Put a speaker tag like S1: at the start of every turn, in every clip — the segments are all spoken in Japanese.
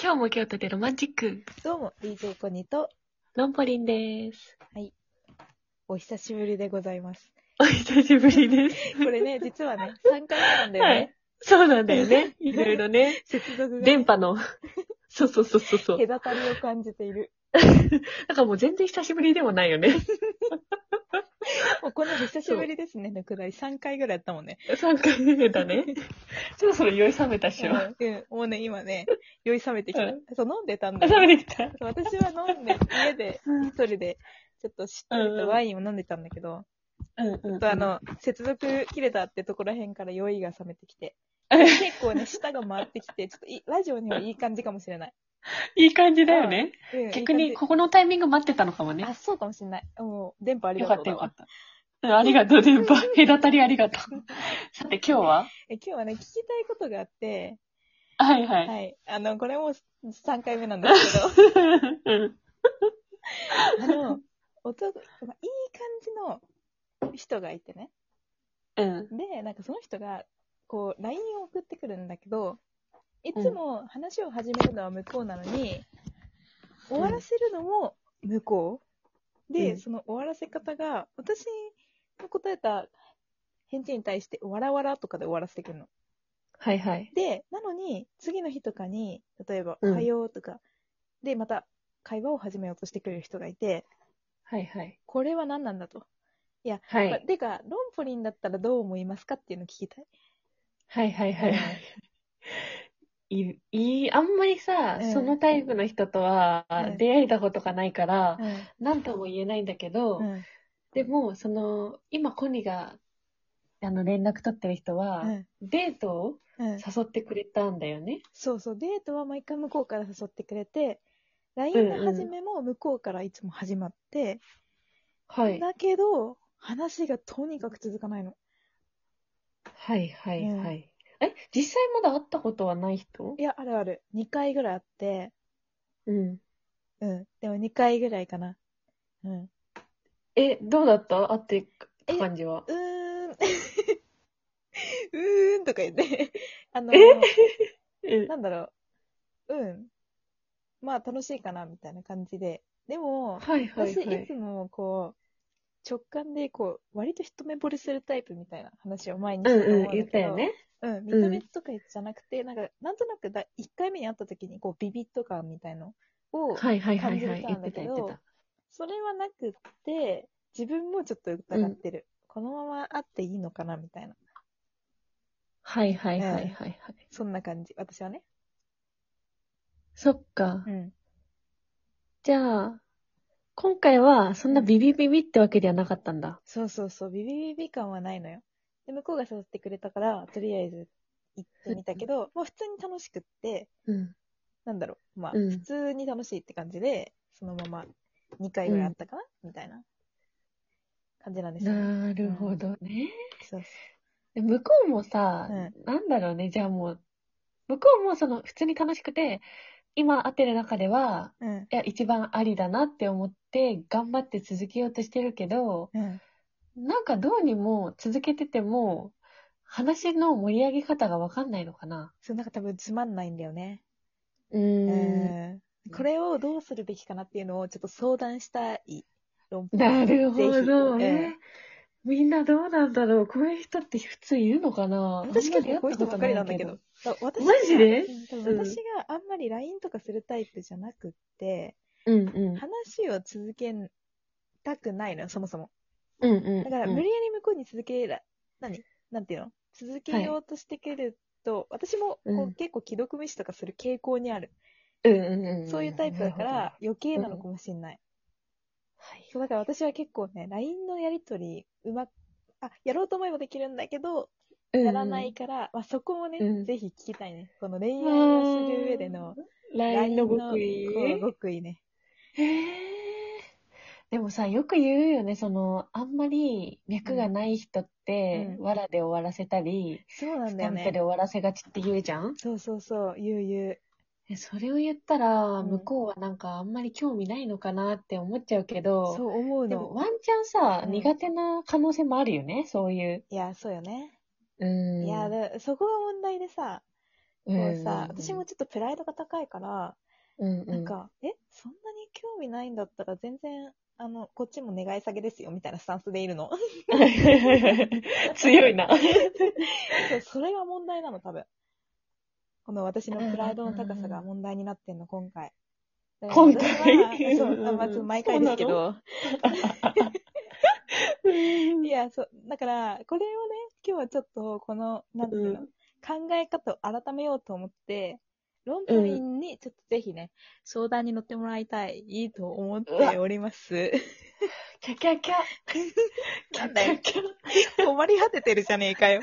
S1: 今日も京都でロマンチック、
S2: どうも、DJ コニーと、
S1: ロンポリンです。
S2: お久しぶりでございます。
S1: お久しぶりです。
S2: これね、実はね、3回目なんだよね。
S1: そうなんだよね。いろいろね。
S2: 接続 が、
S1: 電波の。そうそうそうそう そう。
S2: 隔たりを感じている。
S1: なんかもう全然久しぶりでもないよね。
S2: もうこの久しぶりですね、のくだり。3回ぐらいやったもんね。
S1: 3回目だね。そろそろ酔い覚めたっしょ。
S2: うん、うんもうね、今ね、酔い覚めてきた。
S1: うん
S2: そう、飲んでたんだ
S1: 覚
S2: よ。
S1: めてきた。
S2: 私は飲んで、家で、一人で、ちょっとしっとりとワインを飲んでたんだけど、
S1: うんう
S2: ちょ
S1: ん
S2: っとあ、の、接続切れたってとこら辺から酔いが覚めてきて、
S1: い
S2: 結構ね、舌が回ってきて、ちょっといラジオにはいい感じかもしれない。
S1: い感じだよね。
S2: うん
S1: 逆
S2: いい感
S1: に
S2: じ
S1: ここのタイミング待ってたのかもね
S2: あ、。そうかもしれない。もう、電波あり
S1: よ
S2: が
S1: か
S2: と
S1: ったよ
S2: うだ
S1: か
S2: わ。
S1: った。うんありがとう、電波。隔たりありがとう。 さて今日は
S2: え今日はね、聞きたいことがあって、
S1: はいはい。
S2: はい。あの、これも3回目なんですけど、
S1: うん
S2: あの、男、まあいい感じの人がいてね。
S1: うん。
S2: で、なんかその人が、こう、LINE を送ってくるんだけど、いつも話を始めるのは向こうなのに、終わらせるのも向こう。で、
S1: うん
S2: その終わらせ方が、私の答えた返事に対して、わらわらとかで終わらせてくるの。
S1: はいはい。
S2: で、なのに、次の日とかに、例えば、
S1: う
S2: お
S1: ん
S2: はようとか、で、また、会話を始めようとしてくれる人がいて、
S1: はいはい。
S2: これは何なんだと。
S1: は
S2: まあ。てか、ロンポリンだったらどう思いますかっていうのを聞きたい。
S1: はいはいは
S2: うん
S1: い。いい、あんまりさ、
S2: うん
S1: そのタイプの人とは
S2: うん
S1: 出会えたことがないから、
S2: う
S1: 何とも言えないんだけ ど、
S2: ん。うん。
S1: でも、その、今、コニが、あの、連絡取ってる人は、
S2: うん
S1: デートを
S2: うん。
S1: 誘ってくれたんだよね。
S2: そうそう、デートは毎回向こうから誘ってくれて、LINE の始めも向こうからいつも始まって、
S1: はい。
S2: だけど、話がとにかく続かないの。
S1: はいはい
S2: うん
S1: はい。え、実際まだ会ったことはない人
S2: いや、あるある。2回ぐらいあって、
S1: うん。
S2: うん。でも2回ぐらいかな。うん。
S1: え、どうだった会ってた感じは。
S2: うーん。 うーんとか言って。 あの、
S1: うん
S2: なんだろう。うん。まあ楽しいかな、みたいな感じで。でも、
S1: はいはい
S2: 私
S1: はい
S2: つ
S1: い。
S2: もこう、直感でこう、割と一目惚れするタイプみたいな話を前に
S1: う
S2: し
S1: ん
S2: たと思うん
S1: うん、
S2: だけど。
S1: 言ったよね。
S2: うん、見た目とかじゃなくて、なんか、なんとなくだ1回目に会った時にこう、ビビッと感みたいのを、
S1: はいはいはい
S2: 感
S1: は
S2: じ
S1: い。
S2: た
S1: 言
S2: ん
S1: っ
S2: だ
S1: て
S2: け
S1: た
S2: ど
S1: 言ってた。
S2: それはなくって、自分もちょっと疑ってる。このまま会っていいのかな、みたいな。
S1: はいはいはいはいはい。
S2: そんな感じ、私はね。
S1: そっか
S2: う。ん。
S1: じゃあ、今回はそんなビビビビってわけではなかったんだ。
S2: そうそうそう、ビビビビ感はないのよ。で、向こうが誘ってくれたから、とりあえず行ってみたけど、まあ普通に楽しくって、
S1: うん。
S2: なんだろう、まあ
S1: うん
S2: 普通に楽しいって感じで、そのまま2回ぐらいあったかな、みたいな感じなんですよね。
S1: なるほどね。
S2: そう
S1: で向こうもさ、
S2: うん
S1: なんだろうね、じゃあもう、向こうもその普通に楽しくて、今会ってる中では、
S2: そう。うん。
S1: いや、一番ありだなって思って、頑張って続けようとしてるけど、
S2: うん。
S1: なんかどうにも続けてても、話の盛り上げ方がわかんないのかな。
S2: そう、なんか多分つまんないんだよね。
S1: う。
S2: うんん。これをどうするべきかなっていうのをちょっと相談したい論法。
S1: なるほ
S2: ぜひ
S1: ど。
S2: ええ
S1: ねみんなどうなんだろうこういう人って普通いるのかな
S2: 私結構こういう人ばっかりなんだけど。。だ私が
S1: マジで
S2: う
S1: う
S2: ん多分
S1: ん
S2: 私があんまり LINE とかするタイプじゃなくって、
S1: あんまり会ったことないけど
S2: 話を続けたくないのよ、そもそも。
S1: うんうん。うんうん。
S2: だから、無
S1: うん
S2: 理やり向こうに続けら、何なんていうの続けようとしてくると、私もこう、
S1: うん
S2: 結構既読無視とかする傾向にある。
S1: うんうんん。
S2: そういうタイプだか
S1: なる
S2: ら、余計なのかもしれない。そう、だから私は結構ね、LINE のやりとり、うまく、あ、やろうと思えばできるんだけど、
S1: ほど、
S2: やらないから、まあ、そこもね、
S1: うん
S2: ぜひ聞きたいね。この恋愛をする上での、
S1: うん。LINE の極意。
S2: こう極意ね。
S1: へえ。でもさ、よく言うよね、その、あんまり脈がない人って、
S2: うん
S1: わらで終わらせたり、
S2: そうなん
S1: ス
S2: だ
S1: タ
S2: よ
S1: ンプで終
S2: ね。
S1: わらせがちって言うじゃん
S2: そうそうそう、ゆうゆう。
S1: えそれを言ったら、
S2: うん
S1: 向こうはなんかあんまり興味ないのかなって思っちゃうけど、
S2: そう思う
S1: でも
S2: の。
S1: ワンチャンさ、
S2: うん
S1: 苦手な可能性もあるよね、そういう。
S2: いや、そうよね。
S1: うん
S2: いや、だそこが問題でさ、こうさ、私も、ちょっとプライドが高いから、
S1: うんう
S2: なん、か、え、そんなに興味ないんだったら全然、あの、こっちも願い下げですよ、みたいなスタンスでいるの。
S1: 強いな。
S2: そうそれが問題なの、多分。この私のプライドの高さが問題になってんの、今回。だから
S1: 今回
S2: 私はそう、まあ、ちょっと毎回ですけど。いや、そう、だから、これをね、今日はちょっと、この、なんていうの、考え方を改めようと思って、ロンプリンにちょっとぜひね、相談に乗ってもらいたい、いいと思っております。
S1: キャキャキャ。キ
S2: な
S1: ャ
S2: んだよ
S1: キャキャ。
S2: 困り果ててるじゃねえかよ。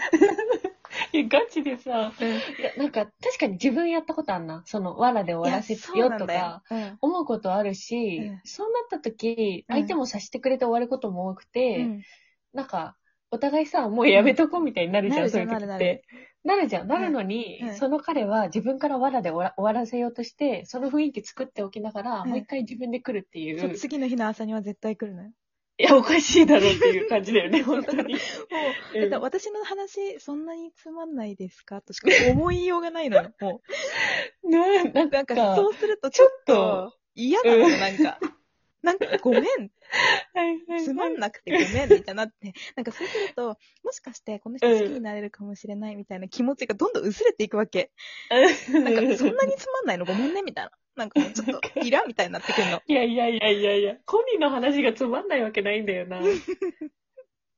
S1: いや、ガチでさ、
S2: うん。
S1: いや、なんか、確かに自分やったことあんな。その、わらで終わらせ
S2: い
S1: よ
S2: や
S1: とか、。
S2: そうなんだよ
S1: 思うことあるし、
S2: うん
S1: そうなった時、
S2: うん
S1: 相手も察してくれて終わることも多く
S2: う
S1: て、
S2: ん。うん
S1: なんか、お互いさ、もうやめとこうみたいになるじゃん、
S2: うん
S1: そういう時って。
S2: な
S1: な
S2: るじゃんなる
S1: るじゃん、なる
S2: なる
S1: のに、
S2: うん
S1: その彼は自分から藁で終わら終わらせようとして、その雰囲気作っておきながら、
S2: うん
S1: もう一回自分で来るっていう、
S2: そう
S1: い
S2: 次の日の朝には絶対来るのよ。
S1: や、おかしいだろうっていう感じだよ ね、
S2: そう
S1: 本当に。
S2: もう、だって私の話、そんなにつまんないですかとしか思いようがないのよ。も
S1: ねな
S2: う、
S1: んか、
S2: なんか、 そうすると、
S1: ち
S2: ち
S1: ょ
S2: ょ
S1: っ
S2: っ
S1: と
S2: と、嫌なのよ、なんか。なんか、ごめん、つ
S1: つ
S2: ま
S1: まん
S2: んなくてごめん、みたいになって。 なんか、そうすると、もしかして、この人好きになれるかもしれない、みたいな気持ちがどんどん薄れていくわけ。なんか、そんなにつまんないのごめんね、みたいな。なんか、ちょっと、イラみたいになってくるの。
S1: いやいやいやいやいや、コニーの話がつまんないわけないんだよ な。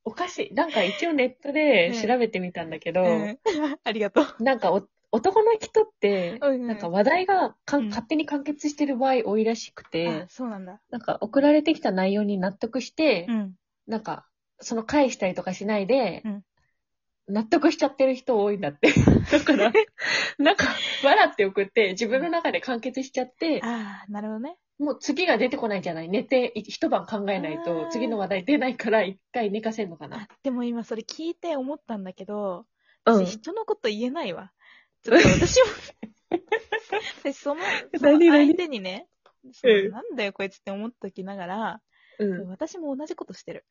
S1: おかしい。なんか一応ネットで調べてみたんだけど、
S2: うん。ありがとう。
S1: なんかお男の人って、
S2: な
S1: なんか話題がか
S2: うん
S1: ん勝手に完結してる場合多いらしくて、
S2: あ、そうなんだ。
S1: なんか送られてきた内容に納得して、
S2: うん。
S1: なんかその返したりとかしないで、
S2: うん
S1: 納得しちゃってる人多いんだ って。だから、なんか笑って送って自分の中で完結しちゃって、
S2: ああ、なるほどね。
S1: もう次が出てこないんじゃない寝てい一晩考えない
S2: あ
S1: と
S2: ー
S1: 次の話題出ないから一回寝かせんのかな
S2: あ。、でも今それ聞いて思ったんだけど、
S1: うん
S2: 私人のこと言えないわ。ちょっと私も私その、その
S1: 何何
S2: 相手にね、そのなんだよこいつって思っときながら、
S1: うん。
S2: 私も同じことし てる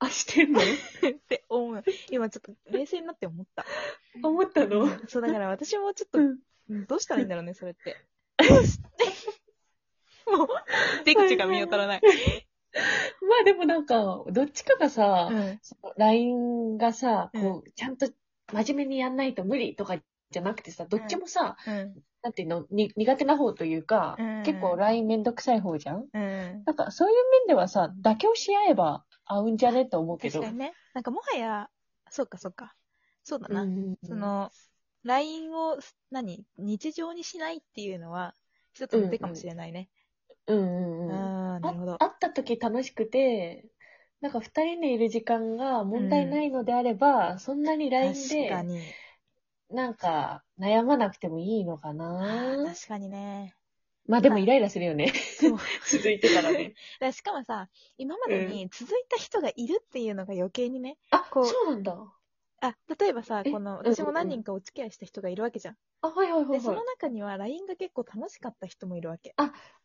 S1: あ、してんの
S2: って思う。今ちょっと冷静になって思った。
S1: 思ったの
S2: うんそうだから私もちょっと
S1: うん。
S2: どうしたらいいんだろうね、そ れって。どうしてもう、出口が見当たらない。
S1: まあでもなんか、どっちかがさ、
S2: うん
S1: その LINE がさ、こう、ちゃんと真面目にやんないと無理とかじゃなくてさ、どっちもさ、
S2: うん。
S1: なんていうの、に苦手な方というか、
S2: うん
S1: 結構 LINE めんどくさい方じゃん
S2: うん。
S1: なんかそういう面ではさ、妥協し合えば合うんじゃねと思うけ
S2: 確
S1: ど。
S2: かにね。なんかもはや、そうかそうか。そうだな。
S1: うん
S2: そ、の、LINE をす、何日常にしないっていうのは、一つの手かもしれないね。
S1: うんうん
S2: う
S1: うん。
S2: ん、なるほど。
S1: 会った時楽しくて、なんか二人でいる時間が問題ないのであれば、そんなに LINE
S2: 確か
S1: で、
S2: に。
S1: なんか悩まなくてもいいのか
S2: あー
S1: な。
S2: 確か にね。
S1: まあでもイライラするよ ね。
S2: そう。だか
S1: 続いてからね。
S2: らしかもさ、今までに続いた人がいるっていうのが余計にね。
S1: あ、
S2: こう
S1: そうなんだ。
S2: あ、例えばさ、
S1: え
S2: こ
S1: う
S2: の、
S1: んうん
S2: 私も何人かお付き合いした人がいるわけじゃん。
S1: あ、はいはいはい
S2: で、そ
S1: は
S2: の
S1: い。
S2: 中には LINE が結構楽しかった人もいるわけ。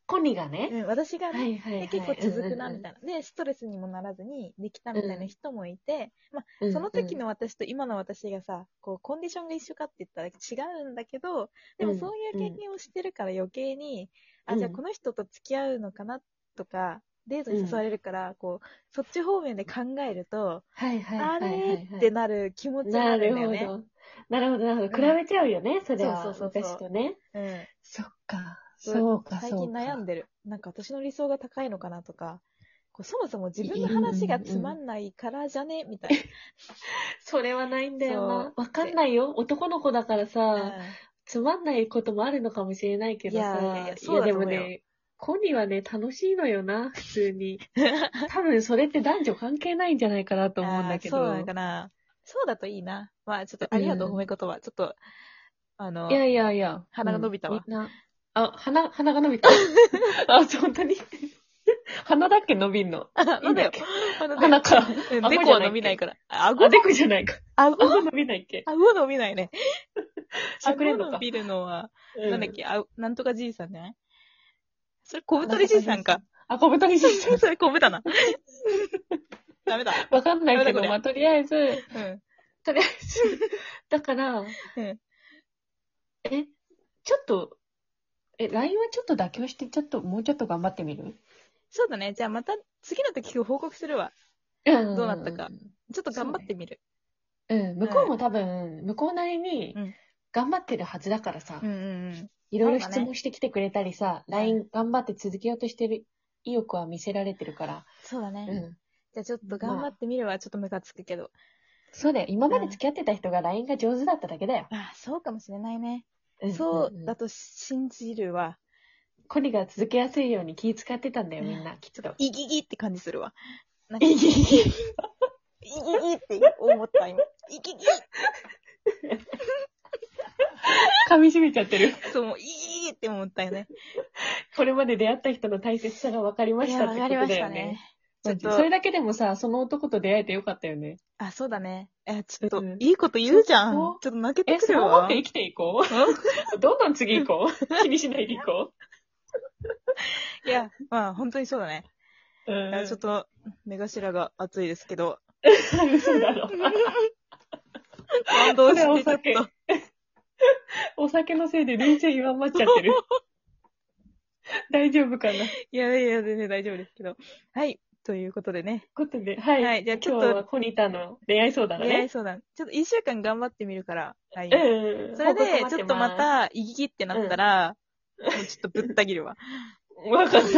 S1: コニがね。
S2: うん、私がね、
S1: はいはいはい。
S2: で結構続くな、みた
S1: い
S2: いな。で、ストレスにもならずにできたみたいな人もいて、まあ、
S1: な
S2: その時
S1: の。
S2: の私と今の私がさ、こう、コンディションが一緒かって言ったら違うんだけど、でも
S1: うん
S2: そういう経験をしてるから余計に、
S1: う
S2: あ、
S1: ん
S2: じゃあこの人と付き合うのかなとか、デートに誘われるから、こう、そっち方面で考えると、
S1: はいはいはいはい
S2: あ
S1: は
S2: れ
S1: い。
S2: ーってなる気持ちに
S1: な
S2: なる
S1: る
S2: んだよ
S1: ほ
S2: ね。
S1: ど。なるほど、なるほど。比べちゃうよね、それは。
S2: そうそうそうそう
S1: 昔とね。
S2: うん。
S1: そっか。そうか、
S2: 最
S1: そ
S2: 近
S1: う
S2: 悩
S1: か。
S2: んでる。なんか私の理想が高いのかなとか、こうそもそも自分の話がつまんないからじゃねみたい
S1: それはないんだよな。
S2: そう
S1: わかんないよ。男の子だから
S2: な。
S1: さ、つまんないこともあるのかもしれないけどさ。
S2: いやいやいやそうだと
S1: で
S2: 思う
S1: も
S2: よ
S1: ね、子にはね、楽しいのよな、普通 に。
S2: うん
S1: 多分それって男女関係ないんじゃないかなと思うんだけ
S2: あー
S1: ど。
S2: そうなのかな。そうだといいな。まあ、ちょっと、ありがとう、
S1: うん
S2: 褒め言葉。ちょっと、あの、
S1: いやいやいや。
S2: 鼻が伸びたわ
S1: うんみんな。あ、鼻、鼻が伸び た。あ、本当に。鼻だっけ伸びんの。
S2: なんだよ。
S1: 鼻か。
S2: うん
S1: 顎じゃないっけ
S2: 猫は伸びないから。あ顎
S1: あ、でこじゃないか。
S2: 顎
S1: 顎伸びないっけ。
S2: 顎伸びないね。
S1: しゃくれん
S2: 顎
S1: の
S2: 伸
S1: か。
S2: びるのは、
S1: う
S2: なんだっけ、あなんとかじいさんじゃないそれ、小太りじいさんか。
S1: あ、小太りじいさん。
S2: それ、小 太な。ダメだ。
S1: わかんないけ
S2: なんだこ
S1: ど、
S2: れ
S1: まあ、とりあえず、
S2: うん。
S1: とりあえず、だから、
S2: うん
S1: え、ちょっと、え、LINE はちょっと妥協して、ちょっと、もうちょっと頑張ってみる
S2: そうだね。じゃあまた次の時報告するわ。
S1: うん
S2: どうなったか。ちょっと頑張ってみる。
S1: うん、向こうも多分、向こうなりに
S2: うん、
S1: 頑張ってるはずだからさ、
S2: うんうん
S1: いろいろ
S2: そう
S1: 質
S2: だね
S1: 問してきてくれたりさ、LINE 頑張って続けようとしてる意欲は見せられてるから、
S2: そうだね。
S1: うん。
S2: じゃあちょっと頑張ってみるわ。ちょっとムカつくけど。
S1: そうだよ。今まで付き合ってた人が LINE が上手だっただけだよ。
S2: ああ、そうかもしれないね。
S1: ん
S2: そう
S1: うん
S2: だと信じるわ。
S1: コリが続けやすいように気遣ってたんだよ、みんな、きっ と。
S2: イギギって感じするわ。なんか
S1: い
S2: イ
S1: い
S2: ギギ
S1: いい
S2: って思った今。イギギ
S1: 噛み締めちゃって る。
S2: そう、もうイギギって思ったよね。
S1: これまで出会った人の大切さが分かりま
S2: い
S1: し
S2: や、
S1: たっ
S2: わ
S1: てこ
S2: か
S1: と
S2: りま
S1: だ
S2: した
S1: よ
S2: ね
S1: ね。。
S2: ちょっ
S1: そ
S2: と
S1: れ、だけでもさ、その男と出会えてよかったよね。
S2: あ、そうだね。え、ちょっと
S1: う、ん
S2: いいこと言うじゃん。
S1: ち
S2: ちょ
S1: ょ
S2: っと泣けて
S1: え、
S2: く
S1: そう
S2: る
S1: 思
S2: わ。
S1: って生きていこう。 どんどん次行こう。気にしないで行こ
S2: いや、まあ、本当にそうだね。
S1: う。
S2: いうや
S1: ん。
S2: ちょっと、目頭が熱いですけど。
S1: 嘘だろ。
S2: 感動
S1: これ
S2: し
S1: お
S2: て、
S1: 酒
S2: ちょっと。
S1: お酒のせいで冷静弱まっちゃって る。大丈夫かな。
S2: いやいや、全然大丈夫ですけど。はい。ということでね。
S1: ことで、はい。
S2: はいじゃあちょっと
S1: 今日はコニタの恋愛相談だ
S2: 恋愛
S1: ね。
S2: 相談。ちょっと一週間頑張ってみるから。はい。
S1: うん。
S2: それ
S1: 報告
S2: で、
S1: 待
S2: ちょ
S1: て
S2: っとま
S1: す。
S2: た、いぎきってなったら、もうちょっとぶった切るわ。
S1: わかった。
S2: ふ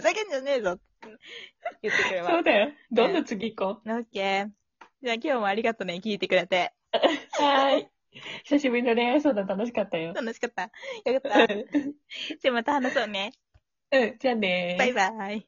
S2: ざけんじゃねえぞ言ってくれ
S1: そ
S2: ば
S1: う。だよ。どんどん次行こ
S2: オッケー。じゃあ今日もありがとね、聞いてくれて。
S1: う。はーい。 久しぶりの恋愛相談楽しかったよ。
S2: 楽し かった。よかった。
S1: う
S2: じゃあまた話そうね。
S1: ん。じゃあねー。
S2: バイバイ。